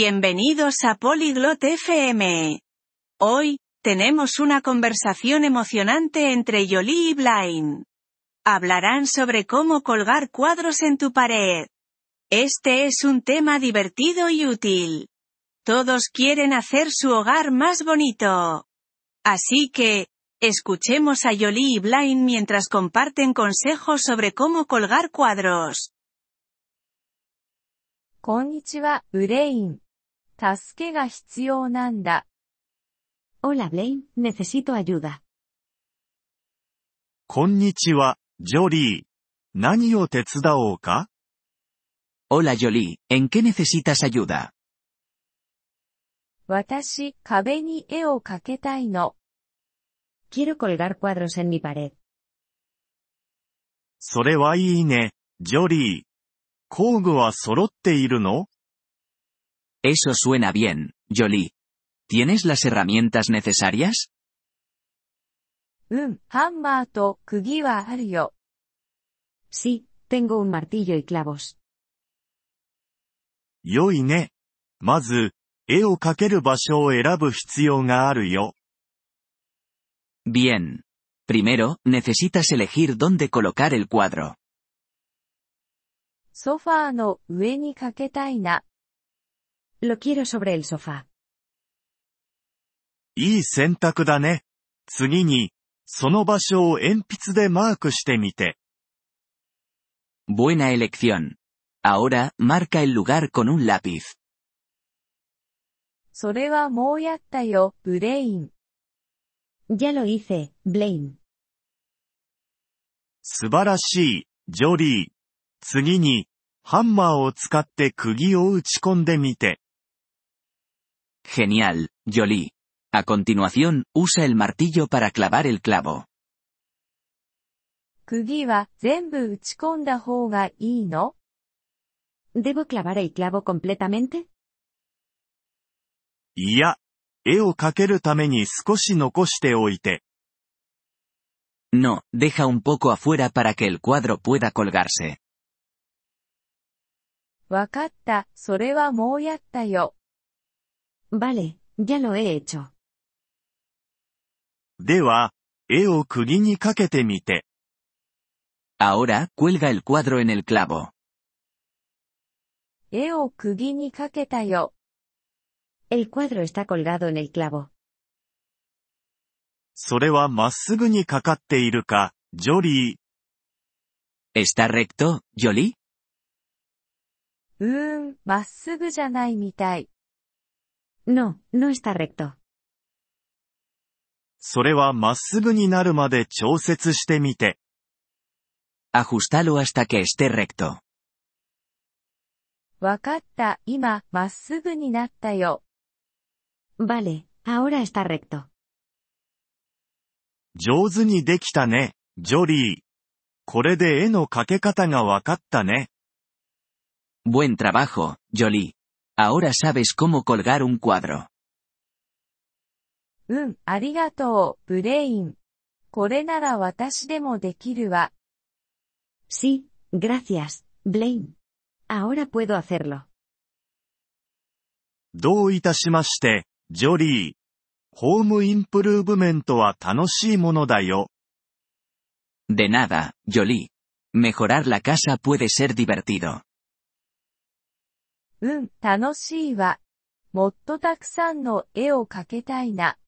Bienvenidos a Polyglot FM. Hoy, tenemos una conversación emocionante entre Jolie y Blaine. Hablarán sobre cómo colgar cuadros en tu pared. Este es un tema divertido y útil. Todos quieren hacer su hogar más bonito. Así que, escuchemos a Jolie y Blaine mientras comparten consejos sobre cómo colgar cuadros. こんにちは、ブレイン。助けが必要なんだ。 Hola Blaine, necesito ayuda. こんにちは、ジョリー。何を手伝おうか Hola Jolie, ¿en qué necesitas ayuda? 私、壁に絵を描けたいの。 Quiero colgar cuadros en mi pared. それはいいね、ジョリー。工具は揃っているの Eso suena bien, Jolie. ¿Tienes las herramientas necesarias? うん、ハンマーと釘はあるよ。 Sí, tengo un martillo y clavos. 良いね。まず、絵を描ける場所を選ぶ必要があるよ。 Bien. Primero, necesitas elegir dónde colocar el cuadro. ソファーの上に描けたいな。 Lo quiero sobre el sofá. いい選択だね。次に、その場所を鉛筆でマークしてみて。 Buena elección. Ahora, marca el lugar con un lápiz. それはもうやったよ、ブレイン。 Ya lo hice, Blaine. 素晴らしい、ジョリー。次に、ハンマーを使って釘を打ち込んでみて。 Genial, Jolie. A continuación, usa el martillo para clavar el clavo. 釘は全部打ち込んだ方がいいの ¿Debo clavar el clavo completamente? いや、絵を描けるために少し残しておいて。 No, deja un poco afuera para que el cuadro pueda colgarse. わかった、それはもうやったよ。 Vale, ya lo he hecho. では、絵を釘にかけてみて。 Ahora, cuelga el cuadro en el clavo. 絵を釘に描けたよ。 El cuadro está colgado en el clavo. それはまっすぐにかかっているか、ジョリー。 ¿Está recto, Jolie? うーん、まっすぐじゃないみたい。 No, no está recto. それはまっすぐになるまで調節してみて。 Ajustalo hasta que esté recto. わかった、今、まっすぐになったよ。 Vale, ahora está recto. 上手にできたね、ジョリー。これで絵の描け方がわかったね。 Buen trabajo, Jolie. Ahora sabes cómo colgar un cuadro. うん、ありがとう、ブレイン。これなら私でもできるわ。 Sí, gracias, Blaine. Ahora puedo hacerlo. どういたしまして、ジョリー。ホームインプルーブメントは楽しいものだよ。 De nada, Jolie. Mejorar la casa puede ser divertido. うん、楽しいわ。もっとたくさんの絵を描けたいな。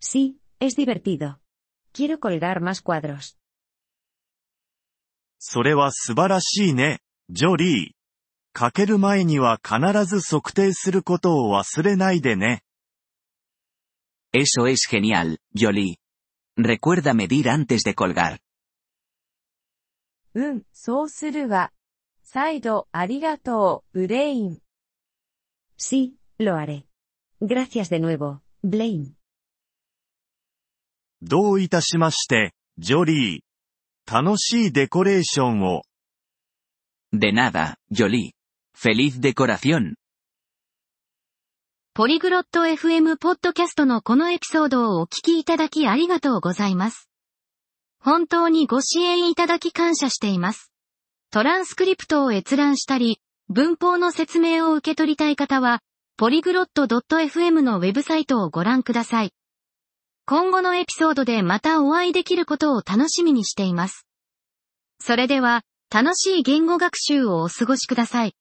Sí, es divertido. Quiero colgar más cuadros. それは素晴らしいね、ジョリー。描ける前には必ず測定することを忘れないでね。 Eso es genial, Jolie. Recuerda medir antes de colgar. うん、そうするわ。再度ありがとう、ブレイン。 Sí, lo haré. Gracias de nuevo, Blaine. どういたしまして、ジョリー。楽しいデコレーションを。 De nada, Jolie. Feliz decoración. ポリグロット FM ポッドキャストのこのエピソードをお聞きいただきありがとうございます。本当にご支援いただき感謝しています。トランスクリプトを閲覧したり、文法の説明を受け取りたい方は、polyglot.fm のウェブサイトをご覧ください。今後のエピソードでまたお会いできることを楽しみにしています。それでは、楽しい言語学習をお過ごしください。